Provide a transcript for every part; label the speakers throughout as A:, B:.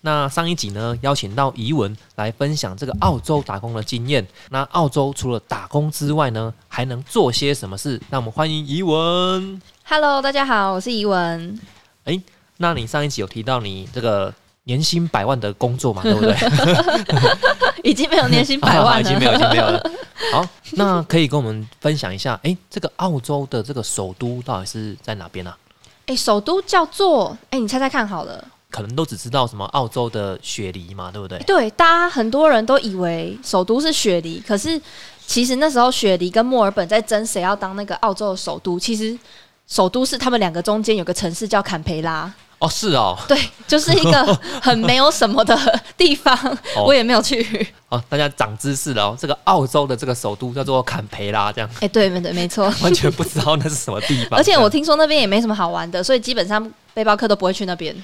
A: 那上一集呢，邀请到怡文来分享这个澳洲打工的经验。那澳洲除了打工之外呢，还能做些什么事？那我们欢迎怡文。
B: Hello，大家好，我是怡文。
A: 那你上一集有提到你这个年薪百万的工作嘛， 对不对？ 啊
B: 已经没有年薪 百万啊
A: 已
B: 了，
A: 经没有，已经没有了。好，那可以跟我们分享一下，诶，这个澳洲的这个首都到底是在哪边啊？
B: 哎、首都叫做哎、你猜猜看好了。哎
A: 可能都只知道什么澳洲的雪梨嘛，对不 对？
B: 对，大家很多人都以为首都是雪梨，可是其实那时候雪梨跟墨尔本在争谁要当那个澳洲的首都。其实首都是他们两个中间有个城市叫坎培拉，
A: 哦，是哦，
B: 对，就是一 个很没有什么的地方，
A: 哦
B: 我也没有去。
A: 哦，大家长知识了哦。这个澳洲的这个首都叫做坎培拉，这样
B: 哎、对，没对，没 错。
A: 完全不知道那是什么地方。
B: 而且我听说那边也没什么好玩的，所以基本上背包客都不会去那边。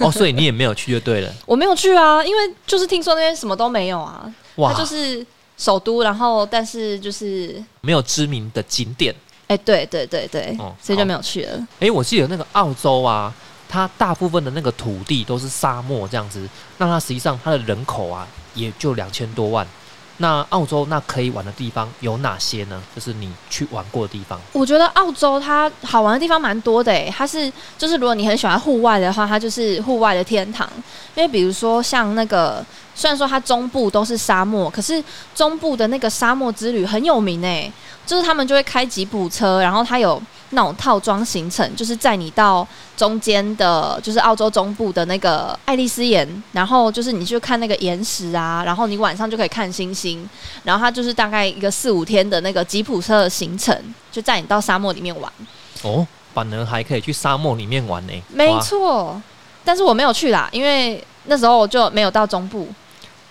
A: 哦，所以你也没有去就 对了。
B: 我没有去啊，因为就是听说那边什么都没有啊，
A: 哇，
B: 它就是首都，然后但是就是，
A: 没有知名的景点。
B: 哎、对对对对，
A: 哦
B: 所以就没有去了。
A: 诶，我记得那个澳洲啊，它大部分的那个土地都是沙漠这样子，那它实际上它的人口啊也就两千多万。那澳洲那可以玩的地方有哪些呢？就是你去玩过的地方。
B: 我觉得澳洲它好玩的地方蛮多的、诶，它是就是如果你很喜欢户外的话，它就是户外的天堂。因为比如说像那个，虽然说它中部都是沙漠，可是中部的那个沙漠之旅很有名诶、就是他们就会开吉普车，然后它有那种套装行程，就是载你到中间的，就是澳洲中部的那个爱丽丝岩，然后就是你去看那个岩石啊，然后你晚上就可以看星星，然后它就是大概一个四五天的那个吉普车的行程，就载你到沙漠里面玩。
A: 哦，反而还可以去沙漠里面玩呢、
B: 没
A: 哇。
B: 错，但是我没有去啦，因为那时候我就没有到中部。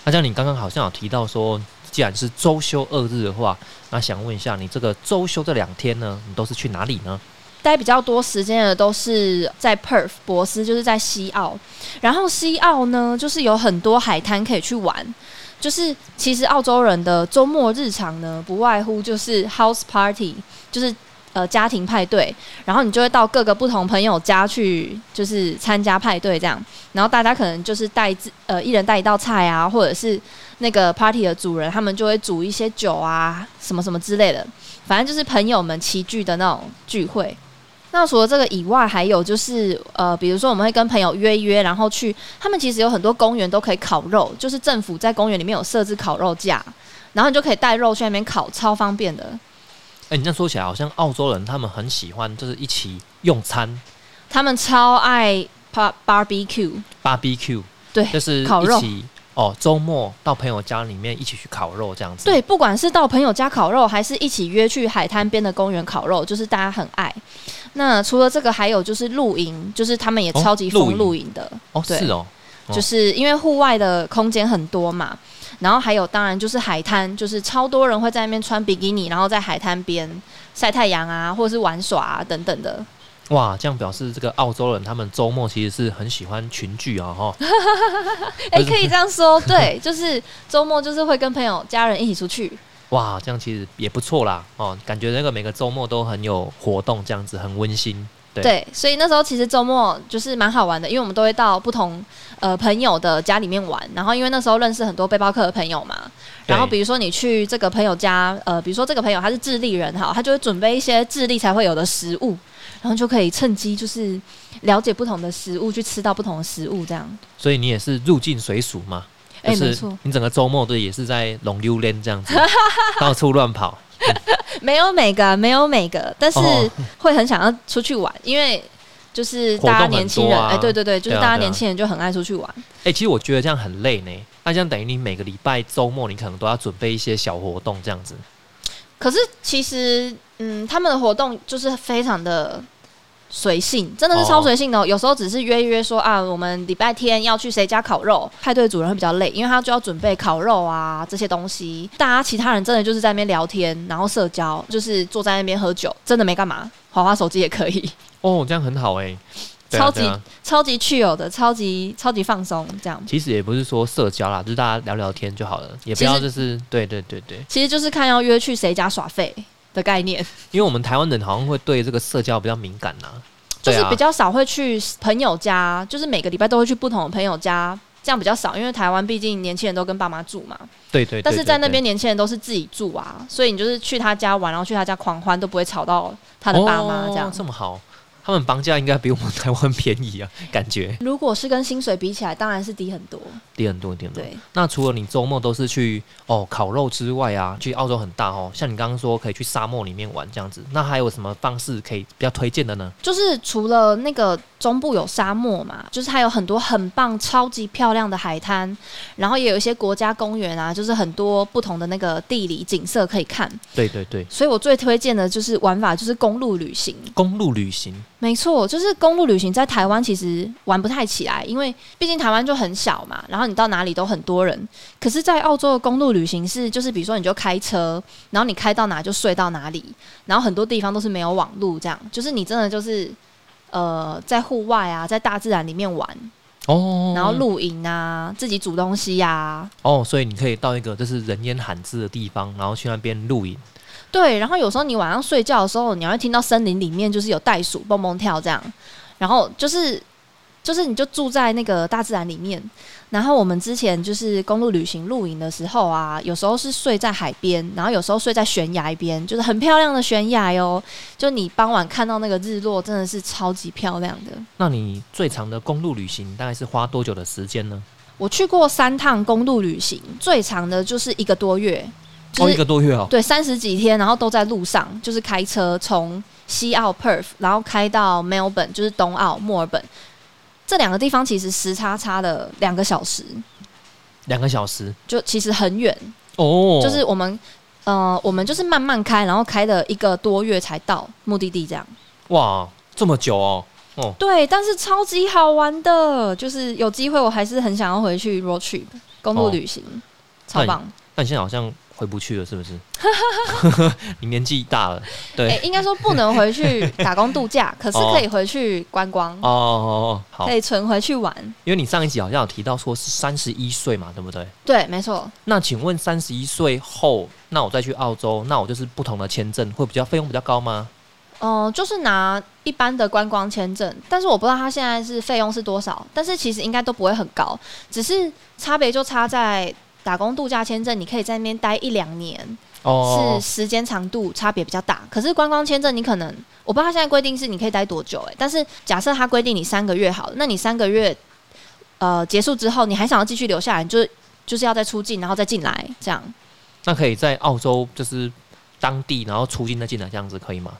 A: 那像你刚刚好像有提到说，既然是周休二日的话，那想问一下，你这个周休这两天呢，你都是去哪里呢？
B: 待比较多时间的都是在 Perth 博斯，就是在西澳。然后西澳呢，就是有很多海滩可以去玩。就是其实澳洲人的周末日常呢，不外乎就是 house party，就是呃家庭派对，然后你就会到各个不同朋友家去，就是参加派对这样。然后大家可能就是带自呃一人带一道菜啊，或者是那个 party 的主人他们就会煮一些酒啊，什么什么之类的。反正就是朋友们齐聚的那种聚会。那除了这个以外，还有就是呃，比如说我们会跟朋友约一约，然后去他们其实有很多公园都可以烤肉，就是政府在公园里面有设置烤肉架，然后你就可以带肉去那边烤，超方便的。
A: 哎、你这样说起来，好像澳洲人他们很喜欢就是一起用餐
B: 他们超爱 bar barbecue，
A: ，barbecue，
B: 对
A: 就是
B: 烤
A: 一
B: 肉
A: 起哦，周末到朋友家里面一起去烤肉这样子。
B: 对，，不管是到朋友家烤肉，还是一起约去海滩边的公园烤肉，就是大家很爱。那除了这个，还有就是露营，就是他们也
A: 哦
B: 超级
A: 露
B: 疯
A: 营
B: 露营的。
A: 哦，
B: 对
A: 是哦，哦
B: 就是因为户外的空间很多嘛，然后还有当然就是海滩，就是超多人会在那边穿比基尼，然后在海滩边晒太阳啊，或者是玩耍啊等等的。
A: 哇，这样表示这个澳洲人他们周末其实是很喜欢群聚啊，哈。
B: 哎、可以这样说， 对，就是周末就是会跟朋友、家人一起出去。
A: 哇，这样其实也不错啦，哦，感觉那个每个周末都很有活动，这样子很温馨。对
B: 对，所以那时候其实周末就是蛮好玩的，因为我们都会到不同呃朋友的家里面玩，然后因为那时候认识很多背包客的朋友嘛，然后
A: 对
B: 比如说你去这个朋友家，呃，比如说这个朋友他是智利人哈，他就会准备一些智利才会有的食物，然后就可以趁机就是了解不同的食物，去吃到不同的食物这样。
A: 所以你也是入境随俗嘛？
B: 哎、
A: 就
B: 没
A: 是
B: 错，
A: 你整个周末都也是在龙溜连这样子， 到处乱跑。
B: 没有每个啊没有每个，但是
A: 哦
B: 会很想要出去玩，因为就是
A: 活动
B: 大家
A: 很
B: 年轻
A: 多
B: 人，
A: 啊
B: 哎、对对对，就是
A: 对啊
B: 大
A: 对
B: 家
A: 啊
B: 年轻人就很爱出去玩。
A: 哎、其实我觉得这样很累呢。那这样等于你每个礼拜周末，你可能都要准备一些小活动这样子。
B: 可是其实，嗯，他们的活动就是非常的随性，真的是
A: 哦
B: 超随性的哦、有时候只是约一约说啊，我们礼拜天要去谁家烤肉，派对主人会比较累，因为他就要准备烤肉啊这些东西。大家其他人真的就是在那边聊天，然后社交，就是坐在那边喝酒，真的没干嘛，划划手机也可以，
A: 哦，这样很好哎、对啊
B: 超级
A: 对啊
B: 超级 chill 的，超级超级放松这样。
A: 其实也不是说社交啦，就是大家聊聊天就好了，也不
B: 其实
A: 要就是对对对对，
B: 其实就是看要约去谁家耍废的概念。
A: 因为我们台湾人好像会对这个社交比较敏感呐、
B: 就是
A: 对啊
B: 比较少会去朋友家，就是每个礼拜都会去不同的朋友家，这样比较少，因为台湾毕竟年轻人都跟爸妈住嘛。
A: 对对对
B: 但是在
A: 对
B: 那
A: 对
B: 边年轻人都是自己住啊，所以你就是去他家玩，然后去他家狂欢，都不会吵到他的爸妈这样。
A: 哦、这么好，他们房价应该比我们 台湾便宜啊，感觉
B: 如果是跟薪水比起来，当然是低很多。
A: 低很多，低很多。
B: 对，
A: 那除了你周末都是去哦烤肉之外啊，去澳洲很大哦，像你刚刚说可以去沙漠里面玩这样子，那还有什么方式可以比较推荐的呢？
B: 就是除了那个中部有沙漠嘛，就是还有很多很棒、超级漂亮的海滩，然后也有一些国家公园啊，就是很多不同的那个地理景色可以看。
A: 对对对，
B: 所以我最推荐的就是玩法就是公路旅行。
A: 公路旅行，
B: 没错，就是公路旅行在台湾其实玩不太起来，因为毕竟台湾就很小嘛，然后你到哪里都很多人。可是，在澳洲的公路旅行是，就是比如说你就开车，然后你开到哪就睡到哪里，然后很多地方都是没有网路，这样就是你真的就是呃在户外啊，在大自然里面玩，
A: 哦，
B: 然后露营啊，自己煮东西啊呀、
A: 哦，所以你可以到一个就是人烟罕至的地方，然后去那边露营。
B: 对，然后有时候你晚上睡觉的时候，你还会听到森林里面就是有袋鼠蹦蹦跳这样，然后就是就是你就住在那个大自然里面。然后我们之前就是公路旅行露营的时候啊，有时候是睡在海边，然后有时候睡在悬崖边，就是很漂亮的悬崖哦。就你傍晚看到那个日落，真的是超级漂亮的。
A: 那你最长的公路旅行大概是花多久的时间呢？
B: 我去过三趟公路旅行，最长的就是一个多月，就
A: 哦，
B: 是
A: 一个多月哦。
B: 对，三十几天，然后都在路上，就是开车从西澳 Perth，然后开到 Melbourne，就是东澳墨尔本。这两个地方其实时差差了两个小时，
A: 两个小时
B: 就其实很远。
A: 哦，
B: 就是我们，呃，我们就是慢慢开，然后开了一个多月才到目的地，这样。
A: 哇，这么久哦，哦，
B: 对，但是超级好玩的，就是有机会我还是很想要回去 road trip 公路
A: 哦
B: 旅行，
A: 那
B: 超
A: 你
B: 棒。
A: 但你现在好像回不去了，是不 是？你年纪大了，对，
B: 哎、应该说不能回去打工 度假，可是
A: 哦
B: 可以回去观光，
A: 哦哦哦，好
B: 可，以存回去玩。
A: 因为你上一集好像有提到说是三十一岁嘛，对不对？
B: 对，没错。
A: 那请问三十一岁后，那我再去澳洲，那我就是不同的签证会比较费用比较高吗？
B: 嗯、就是拿一般的观光签证，但是我不知道它现在是费用是多少，但是其实应该都不会很高，只是差别就差在打工度假签证，你可以在那边待一两年，是
A: 哦，
B: 时间长度差别比较大。可是观光签证你可能，我不知道它现在规定是你可以待多久、欸，但是假设它规定你三个月好了，那你三个月呃结束之后，你还想要继续留下来，你就是就是要再出境，然后再进来这样。
A: 那可以在澳洲就是当地，然后出境再进来这样子可以吗？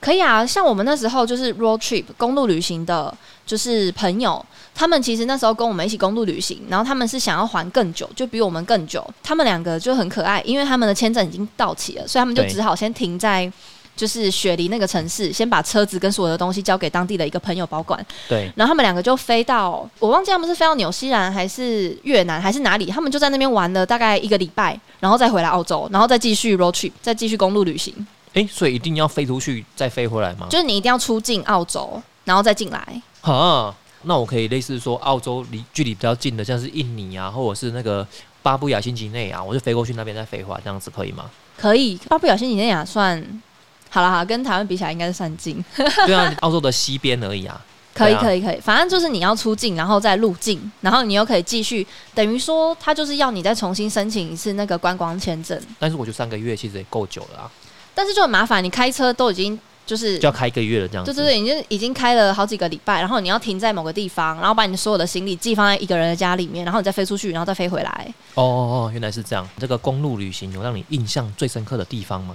B: 可以啊，像我们那时候就是 road trip 公路旅行的，就是朋友，他们其实那时候跟我们一起公路旅行，然后他们是想要还更久，就比我们更久。他们两个就很可爱，因为他们的签证已经到期了，所以他们就
A: 对
B: 只好先停在就是雪梨那个城市，先把车子跟所有的东西交给当地的一个朋友保管。
A: 对，
B: 然后他们两个就飞到，我忘记他们是飞到纽西兰还是越南还是哪里，他们就在那边玩了大概一个礼拜，然后再回来澳洲，然后再继续 road trip，再继续公路旅行。
A: 诶，所以一定要飞出去再飞回来吗？
B: 就是你一定要出境澳洲，然后再进来。
A: 啊，那我可以类似说澳洲离距离比较近的，像是印尼啊，或者是那个巴布亚新几内亚，我就飞过去那边再飞回来，这样子可以 吗？
B: 可以，巴布亚新几内亚算好了哈，跟台湾比起来应该是算近。
A: 对啊，澳洲的西边而已啊。
B: 可以，
A: 对啊
B: 可以，可以，反正就是你要出境，然后再入境，然后你又可以继续，等于说他就是要你再重新申请一次那个观光签证，
A: 但是我觉得三个月其实也够久了啊，
B: 但是就很麻烦，你开车都已经就是
A: 就。要开一个月了这样
B: 对
A: 子。
B: 对对，你就已经开了好几个礼拜，然后你要停在某个地方，然后把你所有的行李寄放在一个人的家里面，然后你再飞出去，然后再飞回来。
A: 哦哦哦，原来是这样。这个公路旅行有让你印象最深刻的地方吗？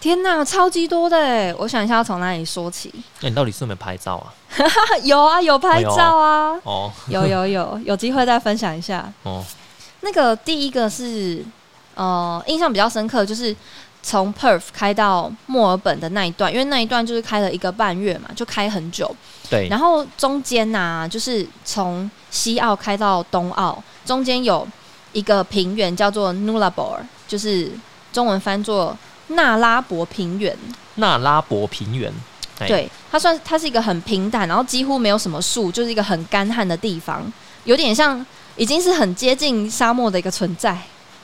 B: 天哪，超级多的耶！我想一下要从哪里说起。
A: 那、你到底是有没有拍照啊？
B: 啊有啊，有拍照啊。
A: 哦
B: 有有有，有机会再分享一下。
A: 哦，
B: 那个第一个是，呃，印象比较深刻，就是从 Perth 开到墨尔本的那一段，因为那一段就是开了一个半月嘛，就开很久。
A: 对，
B: 然后中间呐、就是从西澳开到东澳，中间有一个平原叫做 Nullarbor，就是中文翻作纳拉伯平原。
A: 那拉伯平原。哎，
B: 对，它算它是一个很平坦，然后几乎没有什么树，就是一个很干旱的地方，呃有点像已经是很接近沙漠的一个存在。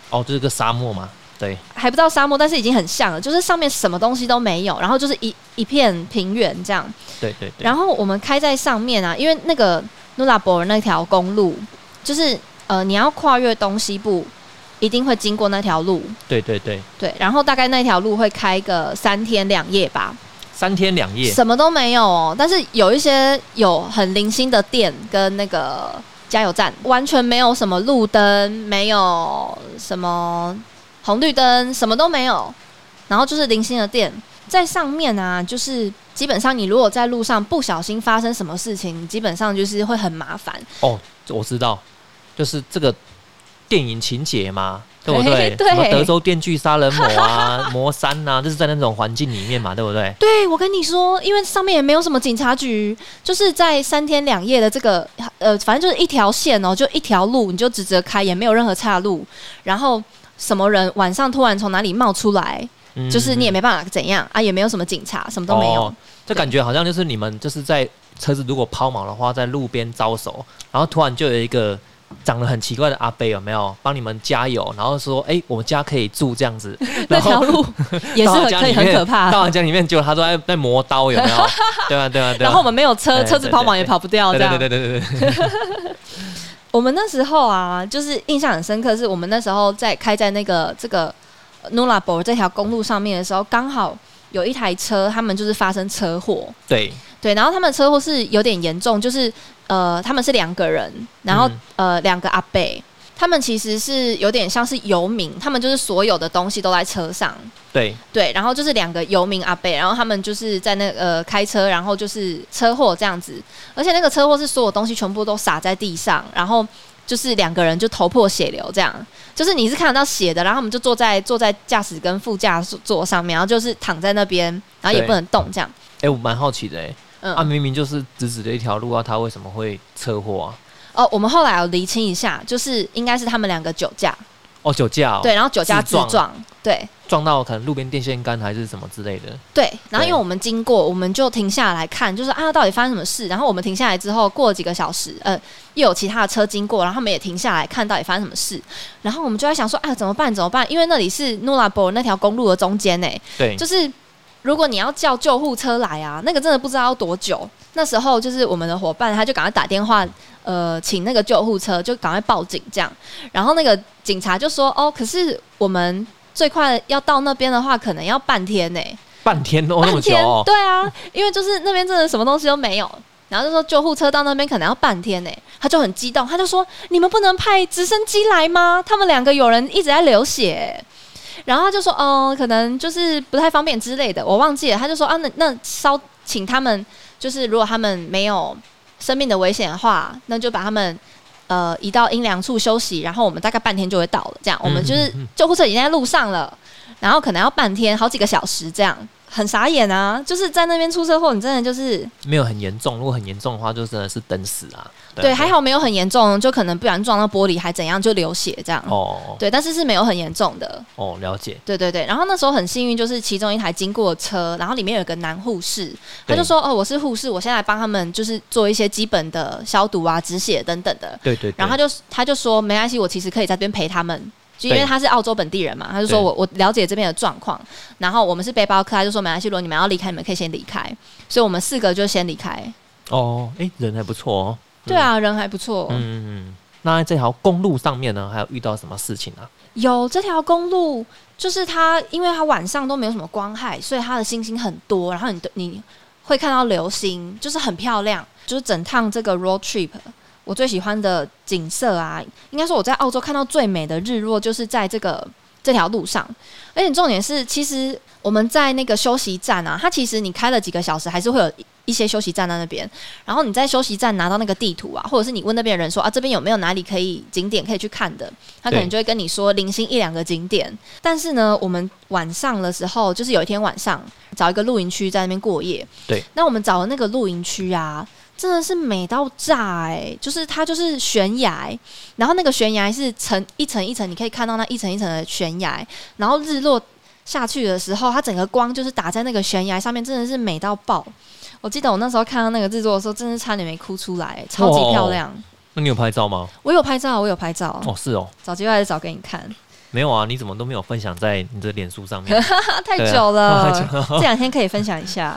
A: 哦，就是个沙漠嘛。对，
B: 还不到沙漠，但是已经很像了，就是上面什么东西都没有，然后就是一一片平原这样。
A: 对对对，
B: 然后我们开在上面啊，因为那个努拉博尔那条公路，就是呃，你要跨越东西部，一定会经过那条路，
A: 对对对，
B: 对。然后大概那条路会开个三天两夜吧，
A: 三天两夜，
B: 什么都没有哦。但是有一些有很零星的店跟那个加油站，完全没有什么路灯，没有什么红绿灯，什么都没有。然后就是零星的店，在上面啊，就是基本上你如果在路上不小心发生什么事情，你基本上就是会很麻烦。
A: 哦我知道，就是这个电影情节嘛，对不对？
B: 哎对
A: 什么德州电锯杀人魔啊、 魔山呐、啊，就是在那种环境里面嘛，对不对？
B: 对，我跟你说，因为上面也没有什么警察局，就是在三天两夜的这个呃，反正就是一条线哦，就一条路，你就直着开，也没有任何岔路。然后什么人晚上突然从哪里冒出来，
A: 嗯
B: 就是你也没办法怎样啊，也没有什么警察，什么都没有。
A: 哦这感觉好像就是你们就是在车子如果抛锚的话，在路边招手，然后突然就有一个长得很奇怪的阿伯有没有帮你们加油，然后说：“哎、我们家可以住这样 子。”
B: 那
A: 然后
B: 条路也是
A: 到
B: 很
A: 他家
B: 可以
A: 里面
B: 很可怕
A: 到。人家里面，结果他都在在磨刀， 有没有？对啊，对啊，对啊。
B: 然后我们没有车，
A: 对
B: 车子
A: 对
B: 跑
A: 对
B: 马
A: 对
B: 也跑不掉，
A: 对
B: 这
A: 对
B: 样。
A: 对对对对对，
B: 我们那时候啊，就是印象很深刻，是我们那时候在开在那个这个 n u l a b o 这条公路上面的时候，刚好有一台车，他们就是发生车祸，
A: 对
B: 对，然后他们车祸是有点严重，就是呃，他们是两个人，然后、
A: 嗯
B: 呃两个阿贝，他们其实是有点像是游民，他们就是所有的东西都在车上，
A: 对
B: 对，然后就是两个游民阿贝，然后他们就是在那呃开车，然后就是车祸这样子，而且那个车祸是所有东西全部都洒在地上，然后就是两个人就头破血流这样，就是你是看得到血的，然后我们就坐在坐在驾驶跟副驾驶座上面，然后就是躺在那边，然后也
A: 对
B: 不能动这样，
A: 哎、我蛮好奇的哎、
B: 嗯，
A: 啊，明明就是直直的一条路啊，他为什么会车祸啊？
B: 哦，我们后来有厘清一下，就是应该是他们两个酒驾，
A: 哦，酒驾、哦，
B: 对，，然后酒驾
A: 自
B: 自
A: 撞
B: 撞，对
A: 撞到可能路边电线杆还是什么之类的。
B: 对。然后因
A: 对
B: 为我们经过，我们就停下来看，就是啊，到底发生什么事？然后我们停下来之后，过了几个小时，呃，又有其他的车经过，然后他们也停下来看到底发生什么事。然后我们就在想说，啊，怎么办？怎么办？因为那里是诺拉博那条公路的中间呢、欸
A: 对，
B: 就是如果你要叫救护车来啊，那个真的不知道要多久。那时候就是我们的伙伴，他就赶快打电话，呃，请那个救护车，就赶快报警这样。然后那个警察就说：“哦，可是我们最快要到那边的话，可能要半天欸呢、
A: 半天哦，那么
B: 半
A: 久
B: 天，
A: 哦。
B: 对啊，因为就是那边真的什么东西都没有。”然后就说救护车到那边可能要半天呢、他就很激动，他就说：“你们不能派直升机来吗？他们两个有人一直在流血、然后他就说，嗯、可能就是不太方便之类的，我忘记了。他就说，啊，那那稍请他们，就是如果他们没有生命的危险的话，那就把他们呃移到阴凉处休息，然后我们大概半天就会到了。这样，我们就是
A: 嗯嗯嗯
B: 救护车已经在路上了，然后可能要半天，好几个小时这样。很傻眼啊！就是在那边出车祸，你真的就是
A: 没有很严重，如果很严重的话，就真的是等死啊。
B: 对，还。好没有很严重，就可能不然撞到玻璃还怎样就流血这样。
A: 哦
B: 对，但是是没有很严重的。
A: 哦，了解。
B: 对对对，然后那时候很幸运，就是其中一台经过的车，然后里面有一个男护士，他
A: 对
B: 就说：“哦，我是护士，我现在来帮他们就是做一些基本的消毒啊、止血等等的。
A: 对对”对。
B: 然后他就他就说：“没关系，我其实可以在这边陪他们。”就因为
A: 对
B: 他是澳洲本地人嘛，他就说
A: 对
B: 我我了解这边的状况，然后我们是背包客，他就说没关系，如果你们要离开，你们可以先离开，所以我们四个就先离开。
A: 哦，哎、人还不错哦。
B: 对啊，人还不错。
A: 嗯。嗯嗯。那在这条公路上面呢，还有遇到什么事情啊？
B: 有这条公路，就是它，因为它晚上都没有什么光害，所以它的星星很多，然后你你会看到流星，就是很漂亮。就是整趟这个 road trip，我最喜欢的景色啊，应该说我在澳洲看到最美的日落，就是在这个这条路上。而且重点是，其实我们在那个休息站啊，它其实你开了几个小时，还是会有一一些休息站在那边。然后你在休息站拿到那个地图啊，或者是你问那边的人说啊，这边有没有哪里可以景点可以去看的，他可能
A: 对
B: 就会跟你说零星一两个景点。但是呢，我们晚上的时候，就是有一天晚上找一个露营区在那边过夜。
A: 对，
B: 那我们找的那个露营区啊。真的是美到炸哎、就是它就是悬崖、然后那个悬崖是层一层一层，你可以看到那一层一层的悬崖，然后日落下去的时候，它整个光就是打在那个悬崖上面，真的是美到爆。我记得我那时候看到那个制作的时候，真的是差点没哭出来，超级漂亮。
A: 那你有拍照吗？
B: 我有拍照，我有拍照，
A: 哦，是哦。
B: 找机会再找给你看。
A: 没有啊，你怎么都没有分享在你的脸书上面？
B: 啊太
A: 对啊
B: 久了，
A: 太久
B: 这两天可以分享一下。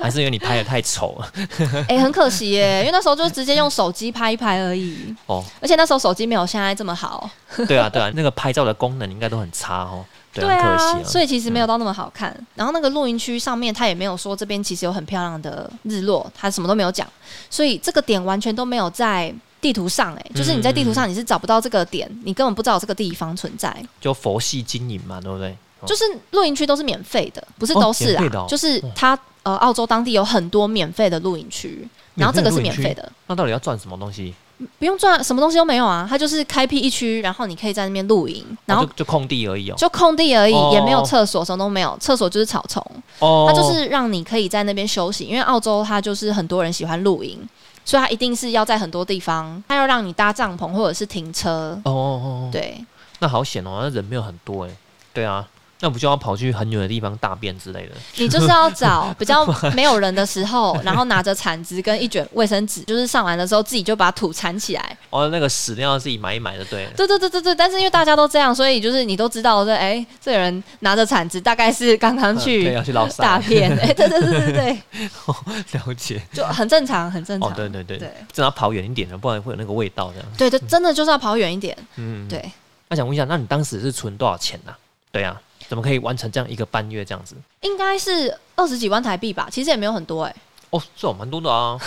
A: 还是因为你拍的太丑啊了？
B: 哎、很可惜耶，因为那时候就直接用手机拍一拍而已，
A: 哦，
B: 而且那时候手机没有现在这么好，
A: 对啊，对啊，那个拍照的功能应该都很差哦。对啊，
B: 啊，
A: 很可惜
B: 所以其实没有到那么好看。然后那个露营区上面，他也没有说这边其实有很漂亮的日落，他什么都没有讲，所以这个点完全都没有在。地图上、哎，
A: 嗯
B: 就是你在地图上你是找不到这个点，你根本不知道这个地方存在。
A: 就佛系经营嘛，对不对？哦
B: 就是露营区都是免费的，不是都是
A: 哦免
B: 啊，
A: 费的哦
B: 就是它呃，澳洲当地有很多免费的露营区，然后这个是免费的，
A: 那到底要赚什么东西？
B: 不用赚，什么东西都没有啊，它就是开辟一区，然后你可以在那边露营，然后
A: 哦就就空地而已哦。
B: 就空地而已，
A: 哦
B: 也没有厕所，什么都没有，厕所就是草丛，
A: 哦，
B: 它就是让你可以在那边休息，因为澳洲它就是很多人喜欢露营。所以它一定是要在很多地方，它要让你搭帐篷或者是停车，
A: 哦哦哦，哦
B: 对，
A: 那好险哦，那人没有很多哎。对啊，那不就要跑去很远的地方大便之类的？
B: 你就是要 找比较没有人的时候，然后拿着铲子跟一卷卫生纸，就是上完的时候自己就把土铲起来。
A: 哦，那个屎尿要自己买一买就对了。
B: 对对对对对，但是因为大家都这样，所以就是你都知道说，哎、这个人拿着铲子大概是刚刚
A: 嗯 对，
B: 去
A: 要去捞
B: 大
A: 沙，
B: 便， 哎、对对对对对对，
A: 了解。
B: 就很正常，很正常。
A: 哦，对对对，
B: 对
A: 真的要跑远一点的，不然会有那个味道这样。
B: 对对真的就是要跑远一点。
A: 嗯，
B: 对，
A: 那想问一下，那你当时是存多少钱呐、对啊，怎么可以完成这样一个半月这样子？
B: 应该是二十几万台币吧，其实也没有很多哎、
A: 哦，这有蛮多的 啊，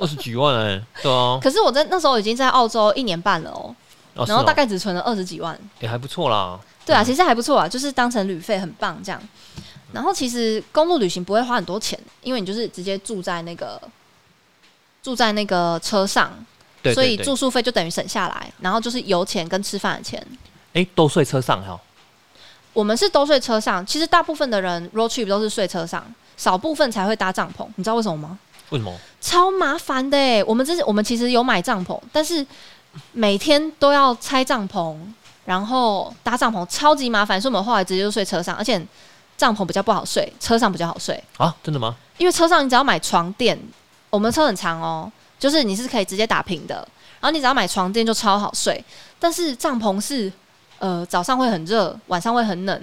A: 二十几万哎、对啊，
B: 可是我在那时候已经在澳洲一年半了哦、
A: 哦
B: 然
A: 是
B: 后
A: 哦
B: 大概只存了二十几万。
A: 也、还不错啦。
B: 对啊，
A: 嗯
B: 其实还不错啊，就是当成旅费很棒这样。然后其实公路旅行不会花很多钱，因为你就是直接住在那个住在那个车上，
A: 对对对
B: 所以住宿费就等于省下来，然后就是油钱跟吃饭的钱。
A: 哎、都睡车上哈，
B: 我们是都睡车上，其实大部分的人 road trip 都是睡车上，少部分才会搭帐篷。你知道为什么吗？
A: 为什么？
B: 超麻烦的欸！我们之前我们其实有买帐篷，但是每天都要拆帐篷，然后搭帐篷，超级麻烦，所以我们后来直接就睡车上，而且帐篷比较不好睡，车上比较好睡，
A: 啊，真的吗？
B: 因为车上你只要买床垫，我们车很长哦，就是你是可以直接打平的，然后你只要买床哦垫就超好睡，但是帐篷是呃早上会很热，晚上会很冷，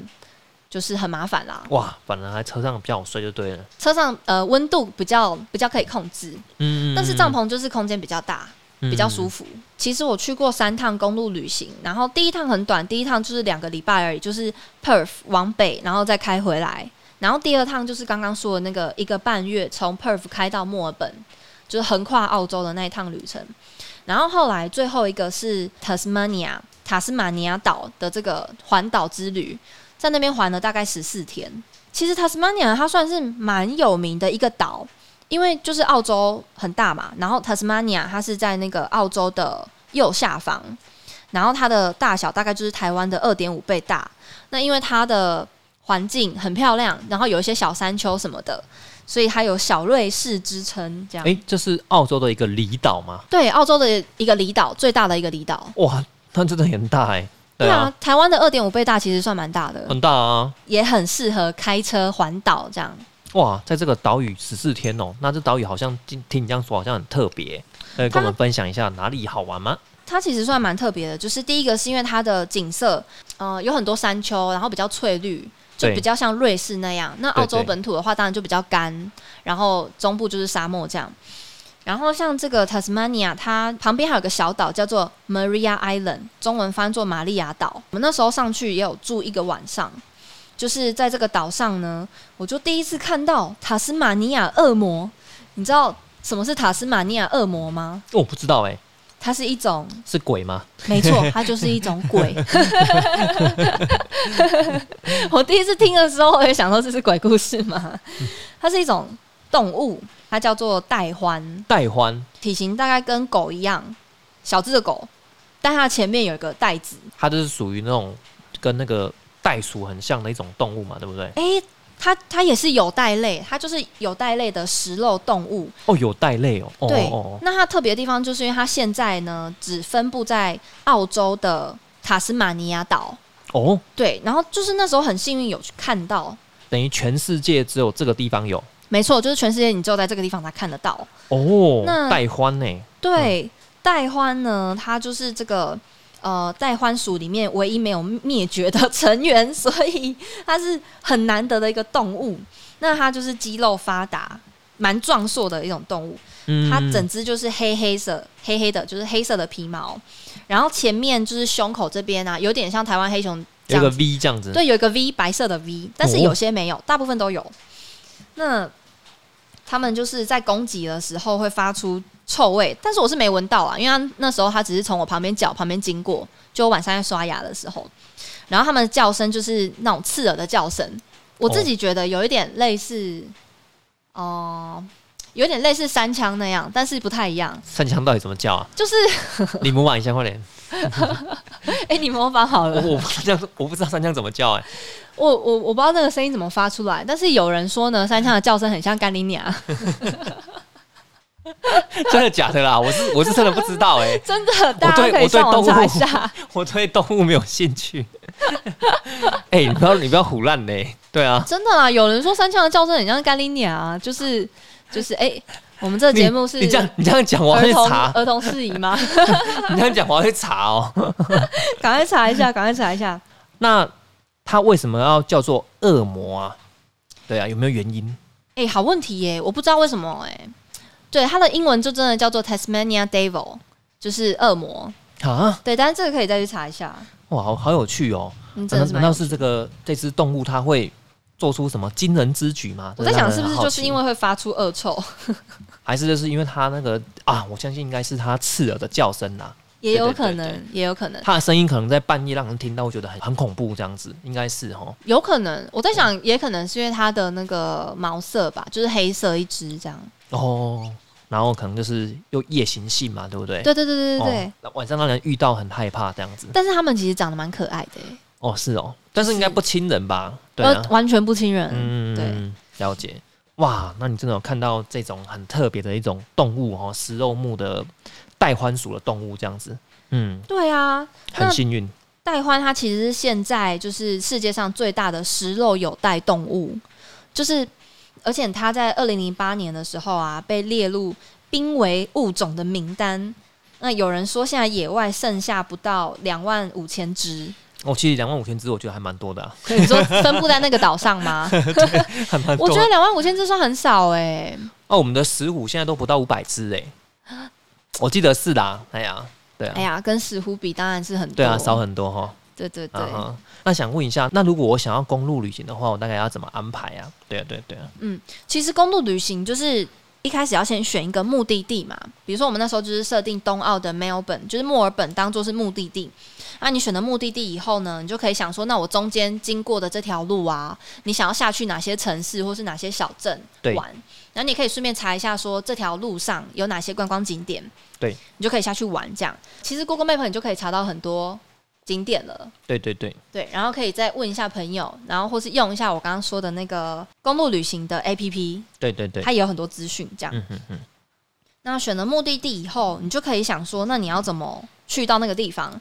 B: 就是很麻烦啦。
A: 哇，反而还车上比较好睡就对了。
B: 车上呃温度比较比较可以控制，
A: 嗯，
B: 但是帐篷就是空间比较大，比较舒
A: 服。
B: 服。其实我去过三趟公路旅行，然后第一趟很短，第一趟就是两个礼拜而已，就是 Perth 往北，然后再开回来。然后第二趟就是刚刚说的那个一个半月，从 Perth 开到墨尔本，就是横跨澳洲的那一趟旅程。然后后来最后一个是 Tasmania 塔斯马尼亚岛的这个环岛之旅，在那边环了大概十四天。其实 Tasmania 它算是蛮有名的一个岛，因为就是澳洲很大嘛，然后 Tasmania 它是在那个澳洲的右下方，然后它的大小大概就是台湾的二点五倍大。那因为它的环境很漂亮，然后有一些小山丘什么的，所以它有小瑞士之称。这样，
A: 哎、这是澳洲的一个离岛吗？
B: 对，澳洲的一个离岛，最大的一个离岛。
A: 哇，那真的很大哎、对啊，，
B: 台湾的二点五倍大其实算蛮大的，
A: 很大啊。
B: 也很适合开车环岛这样。
A: 哇，在这个岛屿十四天哦，那这岛屿好像听听你这样说，好像很特别，可以跟我们分享一下哪里好玩吗？
B: 它其实算蛮特别的，就是第一个是因为它的景色，呃，有很多山丘，然后比较翠绿，就
A: 对
B: 比较像瑞士那样。那澳洲
A: 对对
B: 本土的话，当然就比较干，然后中部就是沙漠这样。然后像这个 Tasmania，它旁边还有个小岛叫做 Maria Island，中文翻作玛利亚岛。我们那时候上去也有住一个晚上，就是在这个岛上呢，我就第一次看到塔斯马尼亚恶魔。你知道什么是塔斯马尼亚恶魔吗？
A: 我、不知道哎、
B: 它是一种
A: 是鬼吗？
B: 没错， 它就是一种 鬼。我第一次听的时候，我也想说这是鬼故事吗？它是一种动物，它叫做带獾，
A: 带欢，
B: 体型大概跟狗一样，小只的狗，但它前面有一个袋子。
A: 它就是属于那种跟那个袋鼠很像的一种动物嘛，对不对？
B: 诶，它它也是有袋类，它就是有袋类的食肉动物。
A: 哦，有袋类哦，哦
B: 对，
A: 哦哦，
B: 那它特别的地方就是因为它现在呢只分布在澳洲的塔斯马尼亚岛。
A: 哦，
B: 对，然后就是那时候很幸运有去看到，
A: 等于全世界只有这个地方有
B: 没错，就是全世界你只有在这个地方才看得到。
A: 哦
B: 那，
A: 带欢呢、欸
B: 对，带獾呢，它就是这个呃在欢属里面唯一没有灭绝的成员，所以它是很难得的一个动物。 那它就是肌肉发达、蛮壮硕的一种动物，
A: 嗯
B: 它整只就是黑黑色、黑黑的，就是黑色的皮毛，然后前面就是胸口这边啊，有点像台湾黑熊这
A: 有一
B: 样
A: 个
B: 子
A: V 这样子，
B: 对，有一个 V 白色的 V，但是
A: 哦
B: 有些没有，大部分都有。那他们就是在攻击的时候会发出臭味，但是我是没闻到啊，因为他那时候他只是从我旁边脚旁边经过，就我晚上在刷牙的时候，然后他们的叫声就是那种刺耳的叫声，我自己觉得有一点类似，哦、有点类似三枪那样，但是不太一样，
A: 三枪到底怎么叫啊？
B: 就是
A: 你模仿一下，快点！
B: 哎、你模仿好
A: 我
B: 了，
A: 我不这样，我不知道三枪怎么叫哎、
B: 我我我不知道那个声音怎么发出来，但是有人说呢，三枪的叫声很像干林娘。
A: 真的假的啦？我是我是真的不知道哎、
B: 真的，大家可以
A: 我对
B: 上网
A: 我对动物
B: 查一下。
A: 我对动物没有兴趣。哎、你不要你不要胡乱嘞！对啊，
B: 真的啦，有人说三枪的叫声很像甘霖鸟啊，就是就是哎、我们这个
A: 你
B: 节目是
A: 你这样你这样讲，我要
B: 儿
A: 去
B: 童
A: 查。
B: 儿童事宜吗？
A: 你这样讲，我要去查哦。
B: 赶快查一下，赶快查一下。
A: 那它为什么要叫做恶魔啊？对啊，有没有原因？
B: 哎、好问题耶、我不知道为什么哎、对，它的英文就真的叫做 Tasmania Devil，就是恶魔。
A: 啊，
B: 对，但是这个可以再去查一下。
A: 哇，好好有趣哦！
B: 嗯，真
A: 难道
B: 的是
A: 难
B: 蛮
A: 道
B: 有
A: 是这个这只动物它会做出什么惊人之举吗？啊
B: 我在想是
A: 这让
B: 不是
A: 人很好
B: 就
A: 奇
B: 是因为会发出恶臭，
A: 还是就是因为它那个啊，我相信应该是它刺耳的叫声啦，
B: 也有
A: 对对对
B: 可能，也有可能。
A: 它的声音可能在半夜让人听到，会觉得很很恐怖这样子，应该是哦。
B: 有可能，我在想，也可能是因为它的那个毛色吧，就是黑色一只这样。
A: 哦，然后可能就是又夜行性嘛，对不对？
B: 对对对对对对。
A: 哦那晚上让人遇到很害怕这样子。
B: 但是他们其实长得蛮可爱的耶、
A: 哦，是哦，但是应该不亲人吧？对
B: 呃
A: 啊，
B: 完全不亲人。
A: 嗯，
B: 对，
A: 了解。哇，那你真的有看到这种很特别的一种动物哦，食肉目的带欢属的动物这样子，嗯，
B: 对啊，
A: 很
B: 那
A: 幸运。
B: 带欢它其实是现在就是世界上最大的食肉有袋动物，就是而且它在二零零八年的时候啊，被列入濒危物种的名单。那有人说，现在野外剩下不到两万五千只。
A: 哦，其实两万五千只，我觉得还蛮多的、啊，
B: 你说分布在那个岛上吗？
A: 还蛮多
B: 我
A: 的。
B: 觉得两万五千只算很少哎、
A: 哦，我们的石虎现在都不到五百只哎，我记得是啦。哎呀，对啊，
B: 哎呀，跟石虎比当然是很多，
A: 对啊，少很多哈、哦。
B: 对对对，
A: 啊哈，那想问一下，那如果我想要公路旅行的话，我大概要怎么安排啊？对啊，对啊对啊，
B: 其实公路旅行就是一开始要先选一个目的地嘛，比如说我们那时候就是设定冬奥的 Melbourne，就是墨尔本当做是目的地。那、你选的目的地以后呢，你就可以想说，那我中间经过的这条路啊，你想要下去哪些城市或是哪些小镇
A: 对
B: 玩，然后你可以顺便查一下说这条路上有哪些观光景点，
A: 对
B: 你就可以下去玩这样。其实 Google Map 你就可以查到很多景点了。
A: 对对对，
B: 对，然后可以再问一下朋友，然后或是用一下我刚刚说的那个公路旅行的 APP，
A: 对对对，
B: 它也有很多资讯这样。
A: 嗯嗯嗯，
B: 那选了目的地以后，你就可以想说，那你要怎么去到那个地方？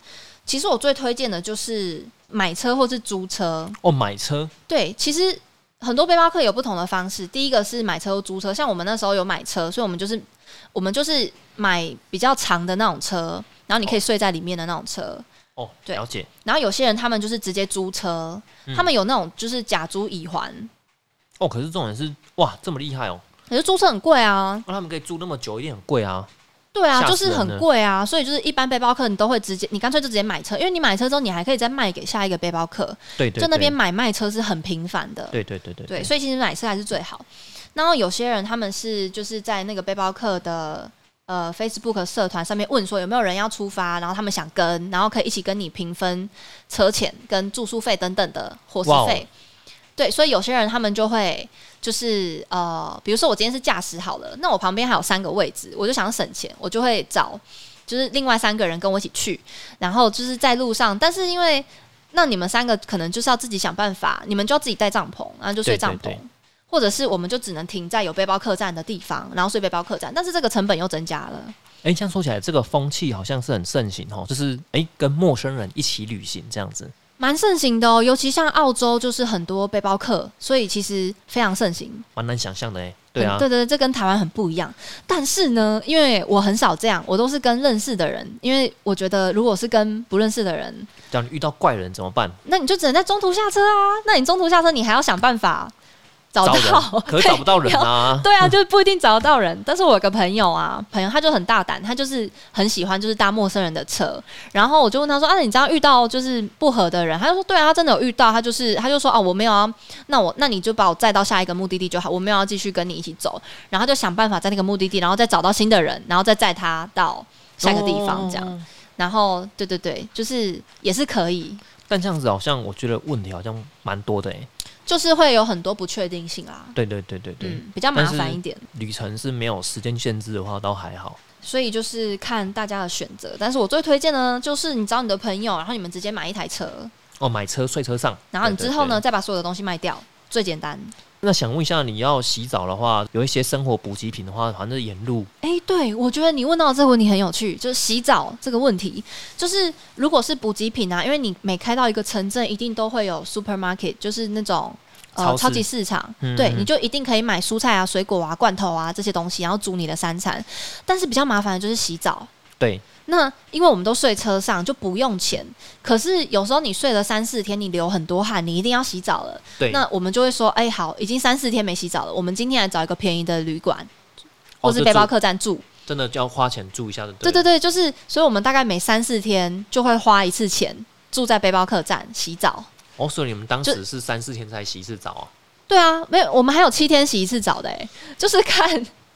B: 其实我最推荐的就是买车或是租车。
A: 哦，买车，
B: 对，其实很多背包客有不同的方式。第一个是买车或租车，像我们那时候有买车，所以我们就是我们就是买比较长的那种车，然后你可以睡在里面的那种车。
A: 哦，
B: 对
A: 了解，
B: 然后有些人他们就是直接租车，
A: 嗯
B: 他们有那种就是假租乙还，
A: 哦，可是这种人是哇，这么厉害哦，
B: 可是租车很贵啊，
A: 那、他们可以住那么久，一定很贵啊。
B: 对啊，
A: 吓死
B: 就是
A: 人
B: 很
A: 了
B: 贵啊，所以就是一般背包客你都会直接，你干脆就直接买车，因为你买车之后你还可以再卖给下一个背包客，
A: 对对
B: 就那边
A: 对
B: 买卖车是很频繁的，
A: 对对对对
B: 对，所以其实买车还是最好。然后有些人他们是就是在那个背包客的呃 Facebook 社团上面问说有没有人要出发，然后他们想跟，然后可以一起跟你平分车钱、跟住宿费等等的伙食
A: 哇哦
B: 费。对，所以有些人他们就会就是呃，比如说我今天是驾驶好了，那我旁边还有三个位置，我就想省钱，我就会找就是另外三个人跟我一起去，然后就是在路上，但是因为那你们三个可能就是要自己想办法，你们就要自己带帐篷，然后就睡
A: 对对
B: 帐篷，
A: 对
B: 或者是我们就只能停在有背包客栈的地方，然后睡背包客栈，但是这个成本又增加了。
A: 哎、这样说起来，这个风气好像是很盛行哦，就是哎、诶跟陌生人一起旅行这样子，
B: 蛮盛行的哦，尤其像澳洲就是很多背包客，所以其实非常盛行。
A: 蛮难想象的哎、对啊
B: 嗯，对对，对这跟台湾很不一样。但是呢，因为我很少这样，我都是跟认识的人，因为我觉得如果是跟不认识的人，
A: 讲你遇到怪人怎么办？
B: 那你就只能在中途下车啊。那你中途下车，你还要想办法找到，
A: 人， 可是找不到人啊。
B: 哦对啊，就是不一定找得到人。但是我有个朋友啊，朋友他就很大胆，他就是很喜欢就是搭陌生人的车。然后我就问他说：“啊，你这样遇到就是不合的人？”他就说：“对啊，他真的有遇到。他就是他就说哦，我没有啊，那我那你就把我载到下一个目的地就好，我没有要继续跟你一起走。”然后就想办法在那个目的地，然后再找到新的人，然后再载他到下一个地方这样。
A: 哦
B: 然后对对对，就是也是可以，
A: 但这样子好像我觉得问题好像蛮多的哎、
B: 就是会有很多不确定性啦。
A: 对对对对对，
B: 嗯，比较麻
A: 但
B: 烦
A: 是
B: 一点。
A: 旅程是没有时间限制的话倒还好。
B: 所以就是看大家的选择。但是我最推荐呢，就是你找你的朋友，然后你们直接买一台车，
A: 哦，买车睡车上，
B: 然后你
A: 对
B: 之后？呢
A: 对对
B: 再把所有的东西卖掉，最简单。
A: 那想问一下，你要洗澡的话，有一些生活补给品的话，反正沿路
B: 诶，对，我觉得你问到这个问题很有趣，就是洗澡这个问题，就是如果是补给品啊，因为你每开到一个城镇，一定都会有 supermarket，就是那种。呃，
A: 超市
B: 超级市场，
A: 嗯
B: 对，
A: 嗯
B: 你就一定可以买蔬菜啊、水果啊、罐头啊这些东西，然后煮你的三餐。但是比较麻烦的就是洗澡，
A: 对
B: 那因为我们都睡车上，就不用钱。可是有时候你睡了三四天，你流很多汗，你一定要洗澡了。
A: 对，
B: 那我们就会说，哎、好，已经三四天没洗澡了，我们今天来找一个便宜的旅馆，
A: 哦
B: 或
A: 就是
B: 背包客栈住。
A: 住真的就要花钱住一下的。
B: 对对对，就是，所以我们大概每三四天就会花一次钱住在背包客栈洗澡。
A: 哦，所以你们当
B: 就
A: 时是三四天才洗一次澡啊？
B: 对啊，没有，我们还有七天洗一次澡的、哎， 就是看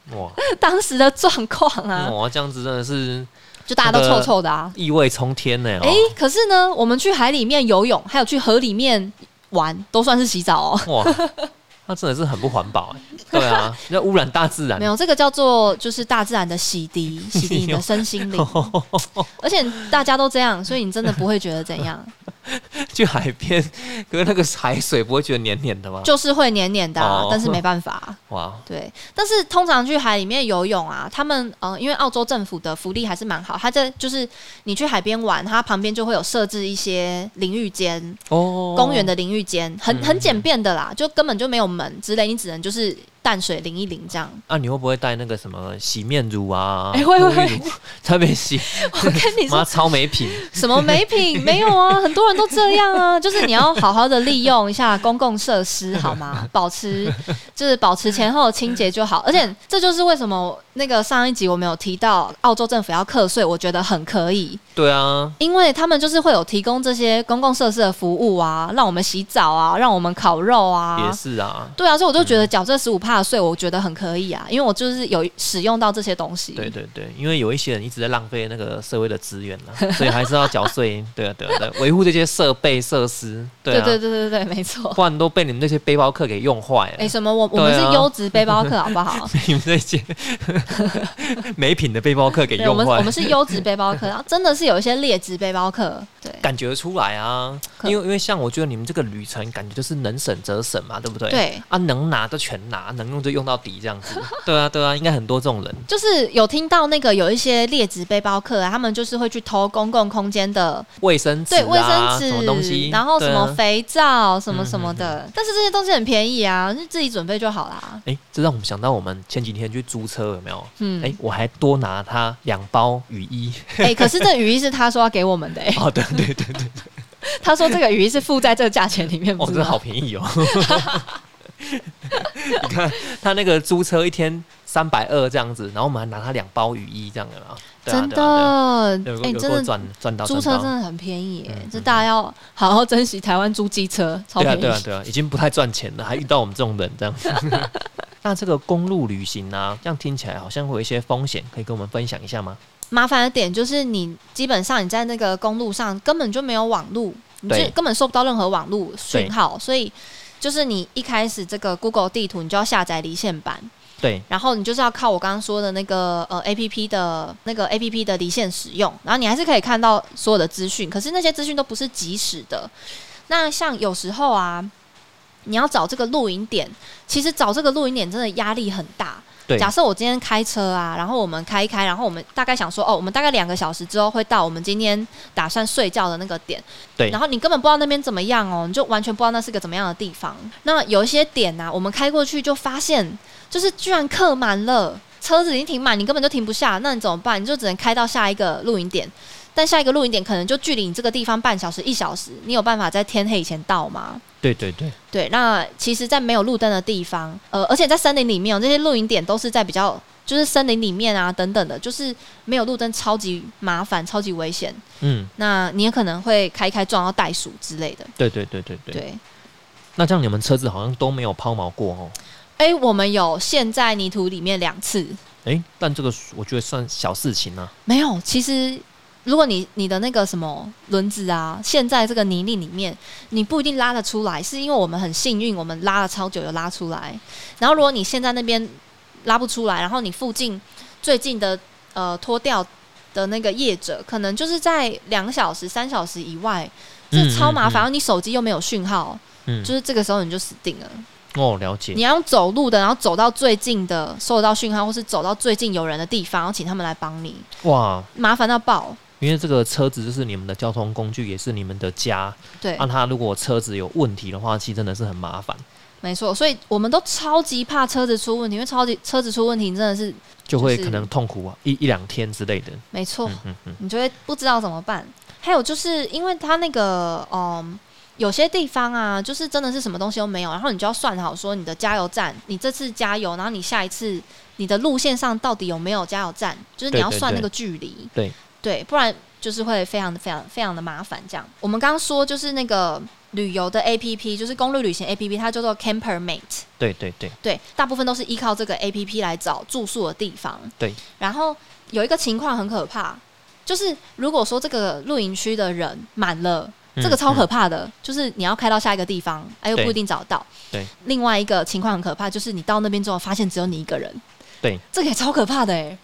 A: 哇，
B: 当时的状况 啊，
A: 哇，这样子真的是
B: 就大家都
A: 那
B: 臭
A: 个
B: 臭的啊。
A: 异味冲天呢、哦
B: 哎、可是呢，我们去海里面游泳，还有去河里面玩，都算是洗澡哦。
A: 哦，哇，那真的是很不环保、哎。对啊，要污染大自然
B: 没。有，这个叫做就是大自然的洗涤，洗涤你的身心 灵。而且大家都这样，所以你真的不会觉得怎 样，
A: 去海边，可是那个海水不会觉得黏黏的吗？
B: 就是会黏黏的啊、
A: 哦
B: 但是没办法。
A: 哇，
B: 对，但是通常去海里面游泳啊，他们呃，因为澳洲政府的福利还是蛮好，它这就是你去海边玩，它旁边就会有设置一些淋浴间，
A: 哦，
B: 公园的淋浴间，很很
A: 嗯
B: 简便的啦，就根本就没有门之类，你只能就是淡水淋一淋这 样。
A: 啊，你会不会带那个什么洗面乳啊？
B: 哎会会
A: 沐浴乳， 特别洗，
B: 我跟你说
A: 妈，超没品。
B: 什么美 品没有啊？很多人都这样啊，就是你要好好的利用一下公共设施，好 吗？保持就是保持前后的清洁就好。而且这就是为什么那个上一集我们有提到澳洲政府要课税，我觉得很可以，
A: 对啊，
B: 因为他们就是会有提供这些公共设施的服务啊，让我们洗澡啊，让我们烤肉
A: 也
B: 啊。
A: 是啊。
B: 对啊，所以我就觉得缴这十五帕的税，我觉得很可以啊，因为我就是有使用到这些东西。
A: 对对对，因为有一些人一直在浪费那个社会的资源啊，所以还是要缴税。对啊对啊对啊，维护这些设备设施。对
B: 对
A: 啊，
B: 对对对对，没错。
A: 不然都被你们这些背包客给用坏了。
B: 哎、什么我我们是
A: 对啊
B: 优质背包客，好不好？
A: 被你们这 些没品的背包客给
B: 对，我
A: 用
B: 们我
A: 坏
B: 们。是优质背包 客，然后真的是有一些劣质背包客，对，
A: 感觉出来啊，
B: 可
A: 因为因为像我觉得你们这个旅程感觉就是能省则省嘛，对不对？
B: 对
A: 啊，能拿就全拿，能用就用到底这样 子。对啊，对啊，应该很多这种人。
B: 就是有听到那个有一些劣质背包客、啊，他们就是会去偷公共空间的
A: 卫生纸、啊、
B: 对卫生
A: 什么东西，
B: 纸，然后什么
A: 对啊嗯
B: 肥皂、什么什么的，但是这些东西很便宜啊，就自己准备就好啦。
A: 哎、这让我们想到我们前几天去租车有没有？
B: 嗯，
A: 哎、
B: 哎、
A: 我还多拿他两包雨 衣。
B: 可是这雨衣是他说要给我们的、哎，
A: 哦，对对对对，
B: 他说这个雨衣是附在这个价钱里面，
A: 哦，
B: 不
A: 真
B: 是
A: 的
B: 吗
A: 好便宜哦。 你看他那个租车一天三百二这样子，然后我们还拿他两包雨衣这样的嘛？对啊
B: 真
A: 对啊
B: 的
A: 对啊，有，
B: 哎、
A: 有
B: 真
A: 过
B: 的
A: 赚赚到
B: 租车
A: 赚
B: 真
A: 到
B: 的很便宜、哎
A: 嗯
B: 这大家要好好珍惜台湾租机车，超
A: 对啊，
B: 便宜。
A: 对啊，对啊，已经不太赚钱了，还遇到我们这种人这样。 那这个公路旅行啊，这样听起来好像会有一些风险，可以跟我们分享一下吗？
B: 麻烦的点就是你基本上你在那个公路上根本就没有网路，你就
A: 对
B: 根本收不到任何网路讯号，所以就是你一开始这个 Google 地图你就要下载离线版，
A: 对，
B: 然后你就是要靠我刚刚说的那个呃 A P P 的那个 A P P 的离线使用，然后你还是可以看到所有的资讯，可是那些资讯都不是及时的。那像有时候啊，你要找这个露营点，其实找这个露营点真的压力很大。
A: 对
B: 假设我今天开车啊，然后我们开一开，然后我们大概想说，哦，我们大概两个小时之后会到我们今天打算睡觉的那个点。
A: 对
B: 然后你根本不知道那边怎么样哦，你就完全不知道那是个怎么样的地方。那有一些点啊，我们开过去就发现，就是居然客满了，车子已经停满，你根本就停不下，那你怎么办？你就只能开到下一个露营点。但下一个露营点可能就距离你这个地方半小时、一小时，你有办法在天黑以前到吗？
A: 对对对，
B: 对，那其实，在没有路灯的地方，呃，而且在森林里面、哦，这些露营点都是在比较就是森林里面啊等等的，就是没有路灯，超级麻烦，超级危险。
A: 嗯，
B: 那你也可能会开一开撞到袋鼠之类的。
A: 对对对对对。
B: 对，
A: 那这样你们车子好像都没有抛锚过哦。
B: 哎、我们有陷在泥土里面两次，
A: 诶，但这个我觉得算小事情啊。
B: 没有。其实，如果你你的那个什么轮子啊，陷在这个泥泞里面，你不一定拉得出来，是因为我们很幸运，我们拉了超久有拉出来。然后，如果你现在那边拉不出来，然后你附近最近的呃脱掉的那个业者，可能就是在两小时、三小时以外，这
A: 嗯
B: 超麻烦。然
A: 嗯
B: 后你手机又没有讯号，
A: 嗯，
B: 就是这个时候你就死定了。
A: 哦，了解
B: 你。要用走路的，然后走到最近的收得到讯号，或是走到最近有人的地方，然后请他们来帮你。
A: 哇，
B: 麻烦到爆。
A: 因为这个车子就是你们的交通工具，也是你们的家。
B: 对，
A: 那、它如果车子有问题的话，其实真的是很麻烦，
B: 没错，所以我们都超级怕车子出问题，因为超级车子出问题真的是
A: 就会
B: 就是哦
A: 可能痛苦啊一一两天之类的。
B: 没错，
A: 嗯嗯嗯，
B: 你就会不知道怎么办。还有就是因为它那个嗯。有些地方啊，就是真的是什么东西都没有，然后你就要算好说你的加油站，你这次加油，然后你下一次你的路线上到底有没有加油站，就是你
A: 对
B: 要
A: 对
B: 算那
A: 对
B: 个距离，
A: 对
B: 对，不然就是会非常的非常非常的麻烦。这样，我们刚刚说就是那个旅游的 A P P，就是公路旅行 A P P，它叫做 Camper Mate，
A: 对对对，
B: 对，大部分都是依靠这个 A P P 来找住宿的地方。
A: 对，
B: 然后有一个情况很可怕，就是如果说这个露营区的人满了。
A: 嗯
B: 这个超可怕的，就是你要开到下一个地方，哎，又
A: 对
B: 不一定找到。
A: 对，
B: 另外一个情况很可怕，就是你到那边之后发现只有你一个人。
A: 对，
B: 这个也超可怕的哎、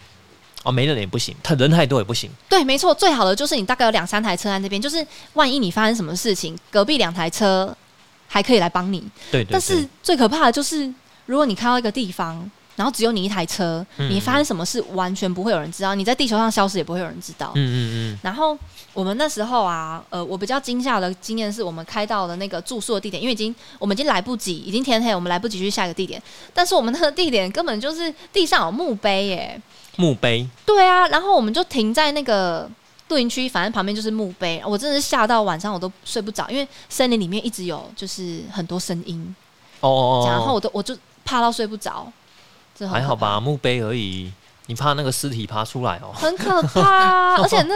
A: 哦，没人也不行，他人太多也不行。
B: 对，没错，最好的就是你大概有两三台车在那边，就是万一你发生什么事情，隔壁两台车还可以来帮你。
A: 对对对。
B: 但是最可怕的就是，如果你开到一个地方，然后只有你一台车，
A: 嗯
B: 你发生什么事完全不会有人知道，你在地球上消失也不会有人知道。
A: 嗯嗯
B: 然后我们那时候啊，呃，我比较惊吓的经验是我们开到了那个住宿的地点，因为已经我们已经来不及，已经天黑，我们来不及去下一个地点。但是我们那个地点根本就是地上有墓碑耶、
A: 嗯，墓碑
B: 对啊，然后我们就停在那个露营区，反正旁边就是墓碑。我真的是吓到晚上我都睡不着，因为森林里面一直有就是很多声音，
A: 哦哦哦，
B: 然后我都我就怕到睡不着。这很可
A: 还
B: 怕
A: 好吧，？墓碑而已。你怕那个尸体爬出来哦？
B: 很可怕啊、 而且那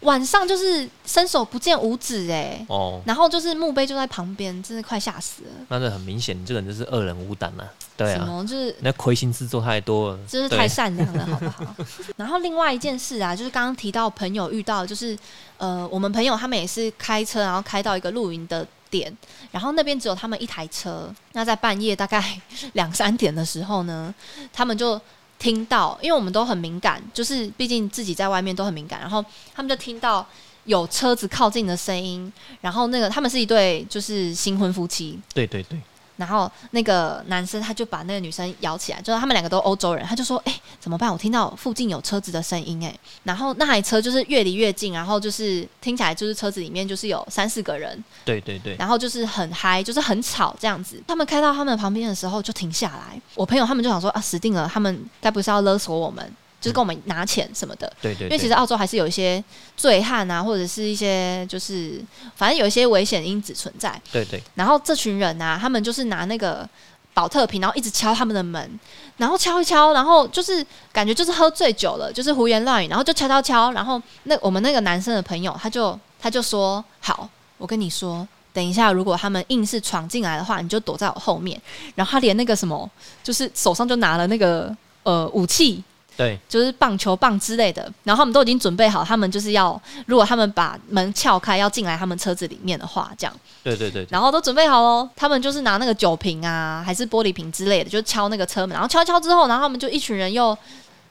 B: 晚上就是伸手不见五指哎、
A: 哦，
B: 然后就是墓碑就在旁边，真的快吓死了。
A: 那这很明显，你这个人就是恶人无胆啊。对
B: 什
A: 啊，
B: 么就是
A: 那亏心事做太多了，
B: 就是
A: 嗯对
B: 太善良了，好不好？然后另外一件事啊，就是刚刚提到朋友遇到，就是呃，我们朋友他们也是开车，然后开到一个露营的点，然后那边只有他们一台车。那在半夜大概两三点的时候呢，他们就听到，因为我们都很敏感，就是毕竟自己在外面都很敏感，然后他们就听到。有车子靠近的声音，然后那个他们是一对就是新婚夫妻，
A: 对对对，
B: 然后那个男生他就把那个女生摇起来，就是他们两个都欧洲人，他就说：“哎、怎么办？我听到附近有车子的声音。”哎，然后那台车就是越离越近，然后就是听起来就是车子里面就是有三四个人，
A: 对对对，
B: 然后就是很嗨，就是很吵这样子。他们开到他们旁边的时候就停下来，我朋友他们就想说：“啊，死定了，他们该不是要勒索我们，就是跟我们拿钱什么的。”
A: 对嗯对，
B: 因为其
A: 对
B: 实澳洲还是有一些醉汉啊，或者是一些就是反正有一些危险因子存在。
A: 对对，
B: 然后这群人啊，他们就是拿那个保特瓶，然后一直敲他们的门，然后敲一敲，然后就是感觉就是喝醉酒了，就是胡言乱语，然后就敲敲敲，然后那我们那个男生的朋友，他就他就说：“好，我跟你说。”等一下，如果他们硬是闯进来的话，你就躲在我后面。然后他连那个什么，就是手上就拿了那个呃武器，
A: 对
B: 就是棒球棒之类的。然后他们都已经准备好，他们就是要如果他们把门撬开要进来他们车子里面的话，这样。
A: 对对对，
B: 然后都准备好喽，他们就是拿那个酒瓶啊，还是玻璃瓶之类的，就敲那个车门，然后敲一敲之后，然后他们就一群人又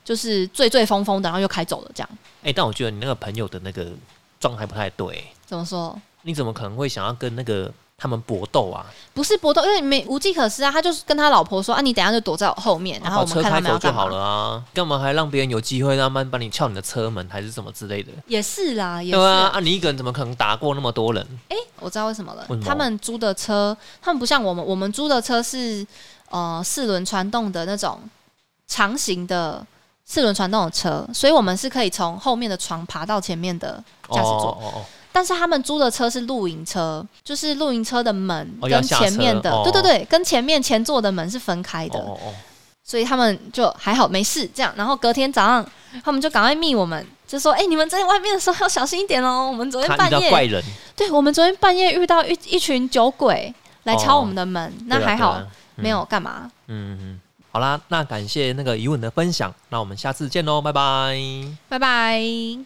B: 就是醉醉醺醺的，然后又开走了。这样
A: 哎，但我觉得你那个朋友的那个状态不太对，
B: 怎么说？
A: 你怎么可能会想要跟那个他们搏斗啊，
B: 不是搏斗，因为没无计可施啊。他就是跟他老婆说啊，你等一下就躲在我后面，然后我
A: 把车
B: 们看他
A: 开
B: 们
A: 走
B: 要
A: 就
B: 干嘛
A: 好。了啊，干嘛还让别人有机会慢慢帮你撬你的车门还是什么之类的？
B: 也是啦，也是
A: 对啊，
B: 啦。
A: 啊，你一个人怎么可能打过那么多人？
B: 哎、我知道为什么了
A: 为什。么
B: 他们租的车，他们不像我们，我们租的车是呃四轮传动的那种长型的四轮传动的车，所以我们是可以从后面的床爬到前面的驾驶座。
A: 哦哦
B: 但是他们租的车是露营车，就是露营车的门
A: 哦要
B: 跟
A: 下
B: 前面的，
A: 车哦
B: 对对对，跟前面前座的门是分开
A: 哦
B: 的，
A: 哦哦
B: 所以他们就还好没事这样。然后隔天早上，他们就赶快密我们，就说：“哎、你们在外面的时候要小心一点哦，我们昨
A: 哦，
B: 天
A: 他
B: 半
A: 遇到
B: 夜，
A: 怪人，
B: 对我们昨天半夜遇到一一群酒鬼来敲
A: 哦
B: 我们的门，那
A: 对啊
B: 还好、
A: 对啊嗯
B: 没有干嘛。
A: 嗯嗯嗯，好啦，那感谢那个疑问的分享，那我们下次见喽，拜拜。
B: 拜拜。